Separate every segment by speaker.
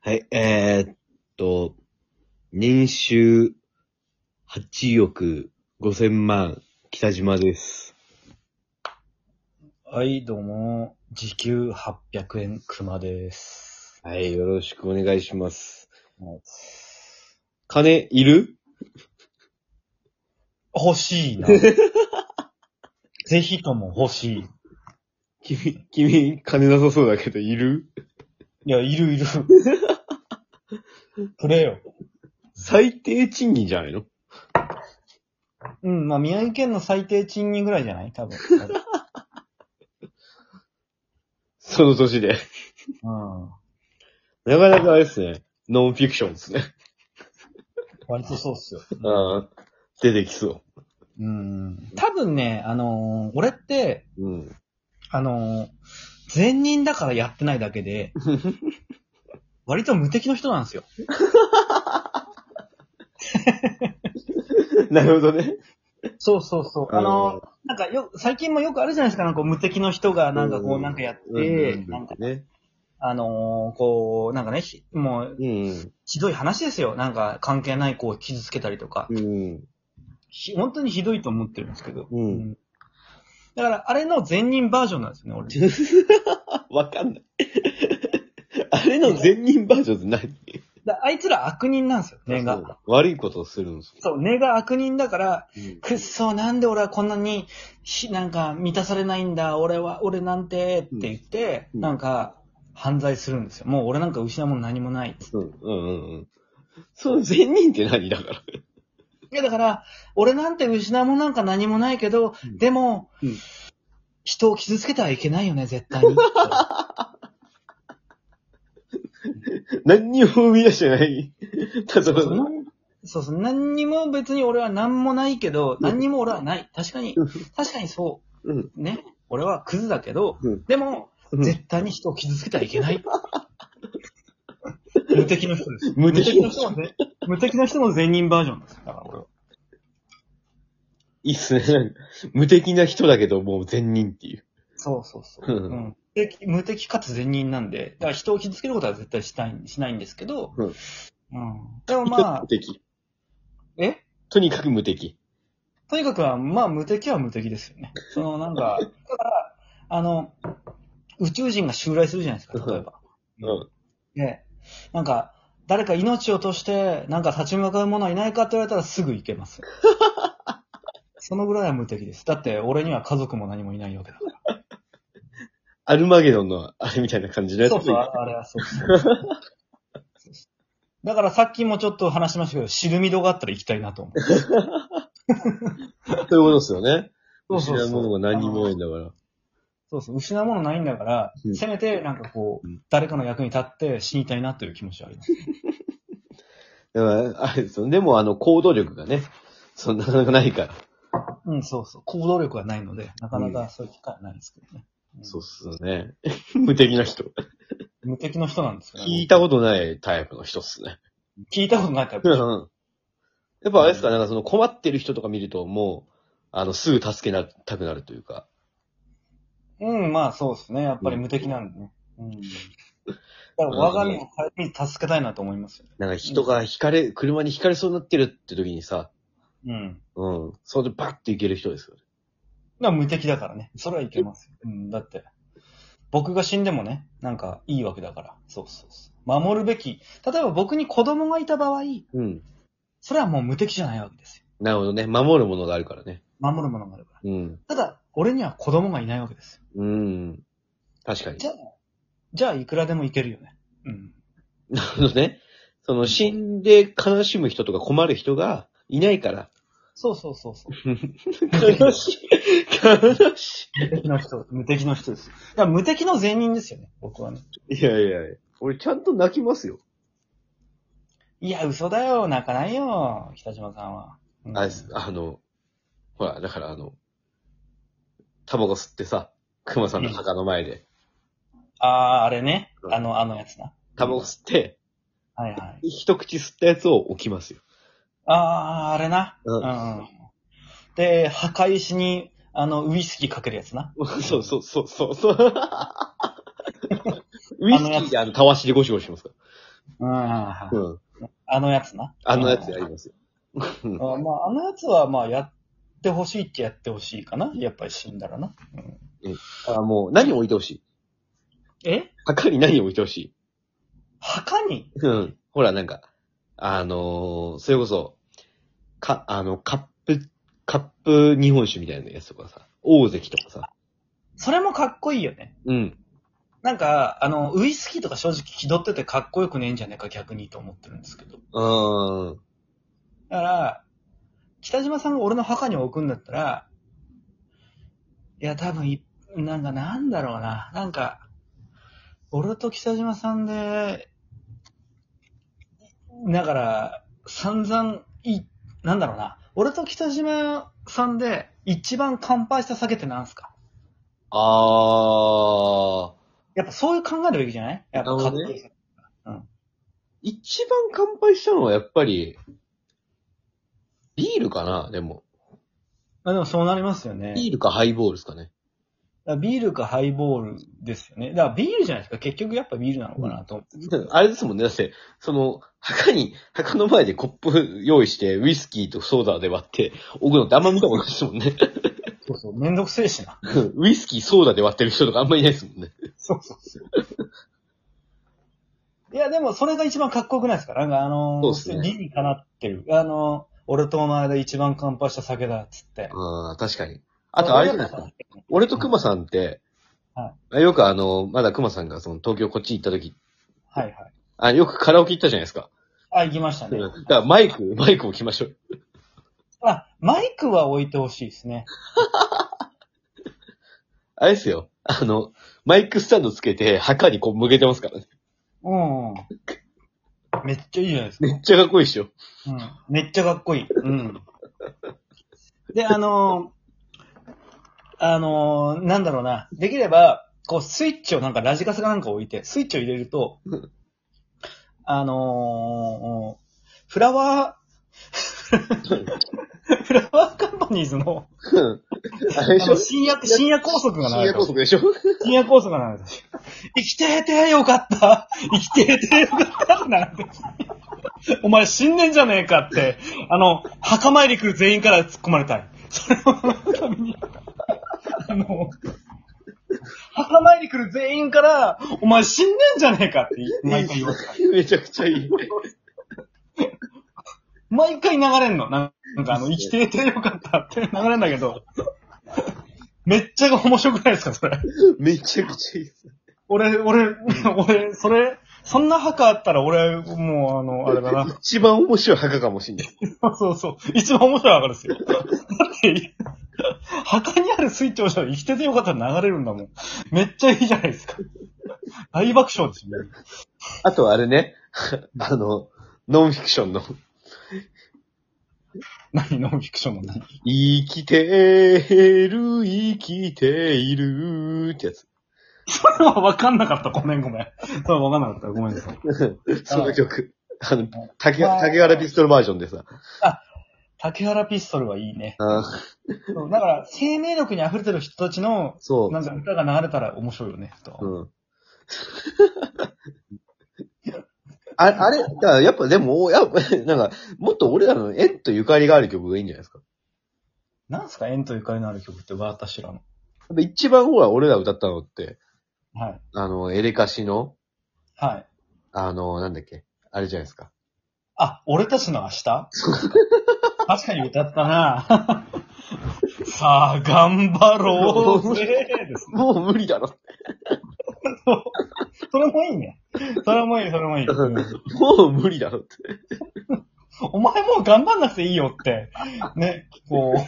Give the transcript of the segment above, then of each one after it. Speaker 1: はい、えー、っと、年収8億5000万、北島です。
Speaker 2: はい、どうも。時給800円、熊です。
Speaker 1: はい、よろしくお願いします。金、いる
Speaker 2: 欲しい な。ぜひとも欲しい。い
Speaker 1: 君、君、金なさそうだけど、いる
Speaker 2: や、い るいる。くれよ。
Speaker 1: 最低賃金じゃないの
Speaker 2: うん、まあ、宮城県の最低賃金ぐらいじゃない 多分。
Speaker 1: その年で。
Speaker 2: うん。
Speaker 1: なかなかあれですね。 ノンフィクションですね。
Speaker 2: 割とそうっすよ。
Speaker 1: うん。出てきそ
Speaker 2: うん。多分ね、あのー俺って、
Speaker 1: う。うん。
Speaker 2: あのー善人だからやってないだけ で、割と無敵の人なんですよ。
Speaker 1: なるほどね。
Speaker 2: そうそうそう。あのー
Speaker 1: うん
Speaker 2: なんかよ、最近もよくあるじゃないですか、なんか無敵の人がなんかこ
Speaker 1: う
Speaker 2: うんなんかやって、
Speaker 1: うん
Speaker 2: なんか、
Speaker 1: ね。
Speaker 2: あのーこう、なんかね、ひもう、
Speaker 1: うん。
Speaker 2: ひどい話ですよ。なんか関係ない子を傷つけたりとか、
Speaker 1: うん。
Speaker 2: ひ本当にひどいと思ってるんですけど。
Speaker 1: うん
Speaker 2: だから、あれの善人バージョンなんですよね、 俺。
Speaker 1: わかんない。 あれの善人バージョンって何
Speaker 2: だあいつら悪人なんですよ、根
Speaker 1: そう
Speaker 2: が。
Speaker 1: だ悪いことをするんですよ。
Speaker 2: そう、根が悪人だから、くっそ、なんで俺はこんなに、ひなんか満たされないんだ、俺は、俺なんて、って言って、
Speaker 1: うん
Speaker 2: なんか、犯罪するんですよ。もう俺なんか失うもの何もないっつって。
Speaker 1: うん、うん、うんうん。その善人って何だから。
Speaker 2: いや、だから、俺なんて失うもんなんか何もないけど、
Speaker 1: うん
Speaker 2: でも、
Speaker 1: うん
Speaker 2: 人を傷つけてはいけないよね、絶対 に。
Speaker 1: 何にも生み出してない。 ただ、
Speaker 2: そうなんそうそう、何にも別に俺は何もないけど、何にも俺はない。確かに
Speaker 1: うん、
Speaker 2: 確かにそ
Speaker 1: うん。
Speaker 2: う。ね。俺はクズだけど、
Speaker 1: うん
Speaker 2: でも、絶対に人を傷つけてはい けない。無敵の人です。
Speaker 1: 無敵
Speaker 2: の人のぜ、無敵の人の善人バージョンです。だから俺は。
Speaker 1: いいっすね。なんか無敵な人だけど、もう善人っていう。
Speaker 2: そうそうそう。
Speaker 1: うん
Speaker 2: うん、無敵無敵かつ善人なんで、だから人を傷つけることは絶対したいしないんですけど、
Speaker 1: うん
Speaker 2: うんでもまあ
Speaker 1: 無、敵。
Speaker 2: え
Speaker 1: とにかく無敵。
Speaker 2: とにかくは、まあ無敵は無敵ですよね。そのなん か、だから、あの、宇宙人が襲来するじゃないですか、例えば。
Speaker 1: うん。
Speaker 2: で、なんか、誰か命を落として、なんか立ち向かう者はいないかって言われたらすぐ行 けます。そのぐらいは無敵です。だって、俺には家族も何もいないわけだから。
Speaker 1: アルマゲドンのあれみたいな感じのやつ。
Speaker 2: そうそう、ああれはそうそう。そうそうだからさっきもちょっと話しましたけど、シルミドがあったら行きたいなと思う。
Speaker 1: そういうことですよね。
Speaker 2: そうそうそう
Speaker 1: 失うものが何にもないんだから。
Speaker 2: そうそう、失うものないんだから、
Speaker 1: うん
Speaker 2: せめてなんかこう
Speaker 1: うん、
Speaker 2: 誰かの役に立って死にたいなという気持ちはあります。
Speaker 1: だから、あれですよ。でも、あの、行動力がね、そんなかないから。
Speaker 2: うん、そうそう。行動力がないので、なかなかそういう機会はないですけどね。うん
Speaker 1: そうっすよね。 無敵な人。
Speaker 2: 無敵の人なんですからね
Speaker 1: 聞いたことないタイプの人っすね。
Speaker 2: 聞いたことないタイ
Speaker 1: う
Speaker 2: プ。
Speaker 1: ん。やっぱあれですか、なんかその困ってる人とか見ると、もう、あの、すぐ助けなたくなるというか。
Speaker 2: うん、まあそうですね。やっぱり無敵なんでね。 うん。だから我が身を変えて助けたいなと思いますよね。
Speaker 1: なんか人が惹かれ、車に惹かれそうになってるって時にさ、
Speaker 2: うん。
Speaker 1: うん。それでバッていける人ですよね。
Speaker 2: まあ無敵だからね。それはい けますよ。うん、だって。僕が死んでもね、なんかいいわけだから。そうそうそう。守るべき。例えば僕に子供がいた場合、
Speaker 1: うん。
Speaker 2: それはもう無敵じゃないわけですよ。
Speaker 1: なるほどね。守るものがあるからね。
Speaker 2: 守るものがあるから。
Speaker 1: うん。
Speaker 2: ただ、俺には子供がいないわけですよ。
Speaker 1: うん。確かに。
Speaker 2: じゃあ、じゃあいくらでもいけるよね。うん。
Speaker 1: なるほどね。その、死んで悲しむ人とか困る人がいないから。
Speaker 2: そうそうそうそう。
Speaker 1: 悲しい。悲し
Speaker 2: 無敵の人、無敵の人です。だから無敵の善人ですよね、僕はね。
Speaker 1: い。いやいやいや。俺ちゃんと泣きますよ。
Speaker 2: いや、嘘だよ、泣かないよ、北島さんは。うん
Speaker 1: あれです、あの、ほら、だからあの、タバコ吸ってさ、熊さんの墓の前で、
Speaker 2: あー、あれね。あの、あのやつな。
Speaker 1: タバコ吸って、
Speaker 2: はいはい。
Speaker 1: 一口吸ったやつを置きますよ。
Speaker 2: ああ、あれな。
Speaker 1: う
Speaker 2: うんん。で、墓石に、あの、ウイスキーかけるやつな。
Speaker 1: そうそう そうそう。そうウイスキーであの、たわしでゴシゴシしますか
Speaker 2: うんはいはいはい
Speaker 1: うん。
Speaker 2: あのやつな。
Speaker 1: あのやつやりますよ。
Speaker 2: うんあまあ、あのやつは、まあ、やってほしいってやってほしいかな。やっぱり死んだらな。
Speaker 1: あもう、何を置いてほしい
Speaker 2: え
Speaker 1: 墓に何を置いてほしい
Speaker 2: 墓に
Speaker 1: うん。ほら、なんか、あのーそれこそ、か、あの、カップ、カップ日本酒みたいなやつとかさ、大関とかさ。
Speaker 2: それもかっこいいよね。
Speaker 1: うん。
Speaker 2: なんか、あの、ウイスキーとか正直気取っててかっこよくねえんじゃねえか逆にと思ってるんですけど。
Speaker 1: うーん。
Speaker 2: だから、北島さんが俺の墓に置くんだったら、いや、多分い、なんかなんだろうな。なんか、俺と北島さんで、だから、散々、い、なんだろうな。俺と北島さんで、一番乾杯した酒ってなんすか
Speaker 1: あー。
Speaker 2: やっぱそういう考えるべきじゃないやっぱかっこいい
Speaker 1: なるほど一番乾杯したのはやっぱり、ビールかなでも。
Speaker 2: まあでもそうなりますよね。
Speaker 1: ビールかハイボールですかね。
Speaker 2: だからビールかハイボールですよね。だからビールじゃないですか。結局やっぱビールなのかなと思って。
Speaker 1: あれですもんね。だって、その、墓に、墓の前でコップ用意して、ウイスキーとソーダで割って、置くのってあんま見たことないですもんね。
Speaker 2: そうそう、めんどくせえしな。
Speaker 1: ウイスキー、ソーダで割ってる人とかあんまいないですもんね。
Speaker 2: そうそうそう。いや、でもそれが一番かっこよくないですかなんかあの
Speaker 1: そう
Speaker 2: ー、
Speaker 1: っすね
Speaker 2: 理にかなってる。あのー、俺とお前で一番乾杯した酒だ、っつって。
Speaker 1: ああ、確かに。あと、あれじゃないですか。俺と熊さんって、
Speaker 2: は
Speaker 1: よくあの、まだ熊さんがその東京こっち行った時、
Speaker 2: はいはい。
Speaker 1: あ、よくカラオケ行ったじゃないですか。
Speaker 2: あ、行きましたね。
Speaker 1: だからマイク、マイクを着ましょう。
Speaker 2: あ、マイクは置いてほしいですね。
Speaker 1: あれですよ。あの、マイクスタンドつけて、墓にこう向けてますからね。
Speaker 2: うんうん。めっちゃいいじゃないですか。
Speaker 1: めっちゃかっこいいっしょ。
Speaker 2: うん。めっちゃかっこいい。うん。で、あのーあのーなんだろうな。できれば、こう、スイッチをなんか、ラジカセかなんか置いて、スイッチを入れると
Speaker 1: うん、
Speaker 2: あのーフラワー、フラワーカンパニーズの、
Speaker 1: うんあ
Speaker 2: あ
Speaker 1: れでしょ
Speaker 2: の深夜、深夜高速が
Speaker 1: 深
Speaker 2: 流れ
Speaker 1: 夜
Speaker 2: て
Speaker 1: 高
Speaker 2: る。
Speaker 1: 速でしょ
Speaker 2: 深夜高速が流れてる。生きててよかった生きててよかったってなる。お前死んでんじゃねえかって、あの、墓参り来る全員から突っ込まれたい。それをために、あの、墓参り来る全員から、お前死んでんじゃねえかって毎回言われたい。
Speaker 1: めちゃくちゃいい。
Speaker 2: 毎回流れんの。なんかあの、生きててよかったって流れんだけど、めっちゃ面白くないですか、それ。
Speaker 1: めちゃくちゃいい。
Speaker 2: 俺、俺、俺、それ、そんな墓あったら俺、もうあの、あれだな。
Speaker 1: 一番面白い墓かもしんない。
Speaker 2: そうそう。一番面白い墓ですよ。だって、墓にある水調者生きててよかったら流れるんだもん。めっちゃいいじゃないですか。大爆笑ですよ。
Speaker 1: あとあれね、あの、ノンフィクションの、
Speaker 2: 何、ノンフィクションの 何。
Speaker 1: 生きてる、生きているってやつ。
Speaker 2: それは分かんなかった。ごめんごめん。それは分かんなかった。ごめんなさい。
Speaker 1: その曲。あの、竹
Speaker 2: はい
Speaker 1: 竹原ピストルバージョンでさ。
Speaker 2: 竹原ピストルはいいね。
Speaker 1: あー
Speaker 2: そうだから、生命力に溢れてる人たちの、
Speaker 1: そ
Speaker 2: なんか歌が流れたら面白いよね、と。
Speaker 1: う。うん。ああれ、だからやっぱでも、やっぱ、 なんか、もっと俺らの縁とゆかりがある曲がいいんじゃないですか。
Speaker 2: なんすか縁とゆかりのある曲って私らの。
Speaker 1: やっぱ一番ほら、俺ら歌ったのって、
Speaker 2: はい。
Speaker 1: あの、エレカシの、
Speaker 2: はい。
Speaker 1: あの、なんだっけ、あれじゃないですか。
Speaker 2: あ、俺たちの明 日確かに歌ったなさあ、頑張 ろうぜです
Speaker 1: もう無理だろ。
Speaker 2: それもいいね。それもいい、それもいい。
Speaker 1: もう無理だろって。
Speaker 2: お前もう頑張んなくていいよって。ね、こう。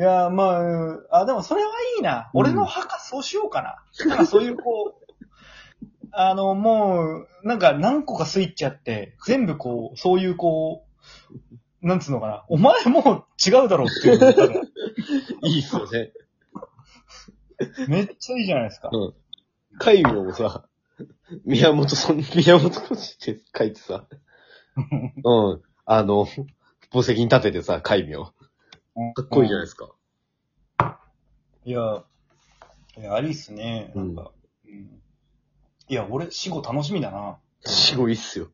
Speaker 2: いや、まあうん、あ、でもそれはいいな。俺の墓そうしようかな。なんかそういうこう、あの、もう、なんか何個かスイッチあって、全部こう、そういうこう、なんつうのかな。お前もう違うだろうっていうのが。
Speaker 1: いいっすよね。
Speaker 2: めっちゃいいじゃないですか。
Speaker 1: 海名も さ、宮本さん、宮本コチって書いて さ、うん、あの、墓石に立ててさ、海名。か
Speaker 2: か
Speaker 1: っこいいじゃないですか。
Speaker 2: いや、いや、ありっすね。なんか、うんいや、俺、死後楽しみだな。
Speaker 1: 死後いいっすよ。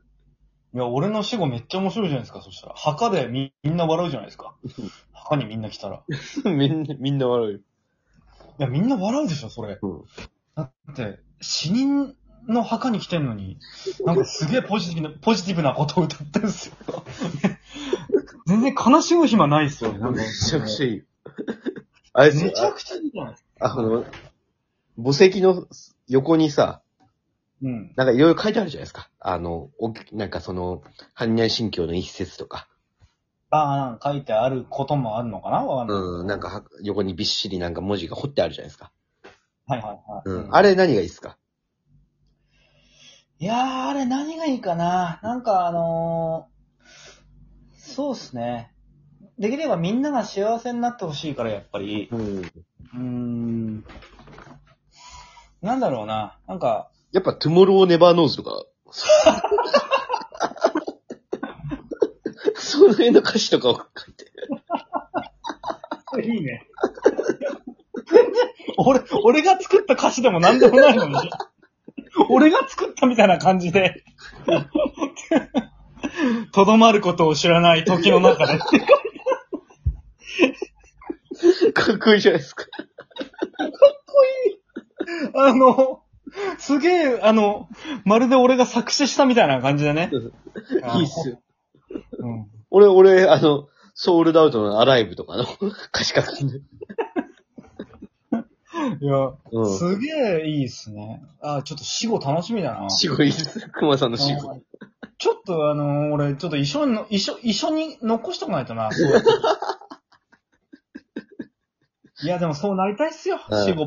Speaker 2: いや、俺の死後めっちゃ面白いじゃないですか、そしたら。墓でみみんな笑うじゃないですか。墓にみんな来たら。い
Speaker 1: みんな、みんな笑うよ。
Speaker 2: や、みんな笑うでしょ、それ。
Speaker 1: うん
Speaker 2: だって、死人の墓に来てんのに、なんかすげえポジティブな、ポジティブなことを歌ってんすよ。 全然悲しむ暇ないっすよね。なんか
Speaker 1: めちゃくちゃいいよ。あれっす
Speaker 2: め
Speaker 1: よ
Speaker 2: ちゃくちゃいいじゃないですか。
Speaker 1: ああの、墓石の横にさ、
Speaker 2: うん。
Speaker 1: なんかいろいろ書いてあるじゃないですか。あの、おなんかその、般若心経の一節とか、
Speaker 2: ああ、書いてあることもあるのかなわかんない。
Speaker 1: うん、なんかは横にびっしりなんか文字が彫ってあるじゃないですか。
Speaker 2: はいはいはい。
Speaker 1: うん。あれ何がいいっすか
Speaker 2: いやー、あれ何がいいかななんかあのー、そうっすね。できればみんなが幸せになってほしいから、やっぱり。
Speaker 1: うん。
Speaker 2: うーん。なんだろうな。なんか、
Speaker 1: やっぱ、トゥモローネバーノーズと か、その辺の歌詞とかを書いて。
Speaker 2: いいね。 俺、俺が作った歌詞でも何でもないの に。俺が作ったみたいな感じ で。とどまることを知らない時の中で。
Speaker 1: かっこいいじゃないですか。
Speaker 2: あの、すげえ、あの、まるで俺が作詞したみたいな感じでね。
Speaker 1: いいっすよ。
Speaker 2: うん。
Speaker 1: 俺、俺、あの、ソールドアウトのアライブとかの歌詞書くんで。
Speaker 2: いや、
Speaker 1: うん。
Speaker 2: すげえいいっすね。あ、ちょっと死後楽しみだな。
Speaker 1: 死後いいです。熊さんの死後。
Speaker 2: ちょっとあのー俺、ちょっと一緒にの、一緒、一緒に残しとかない とな。そういういや、でもそうなりたいっすよ、
Speaker 1: うん
Speaker 2: 死後も。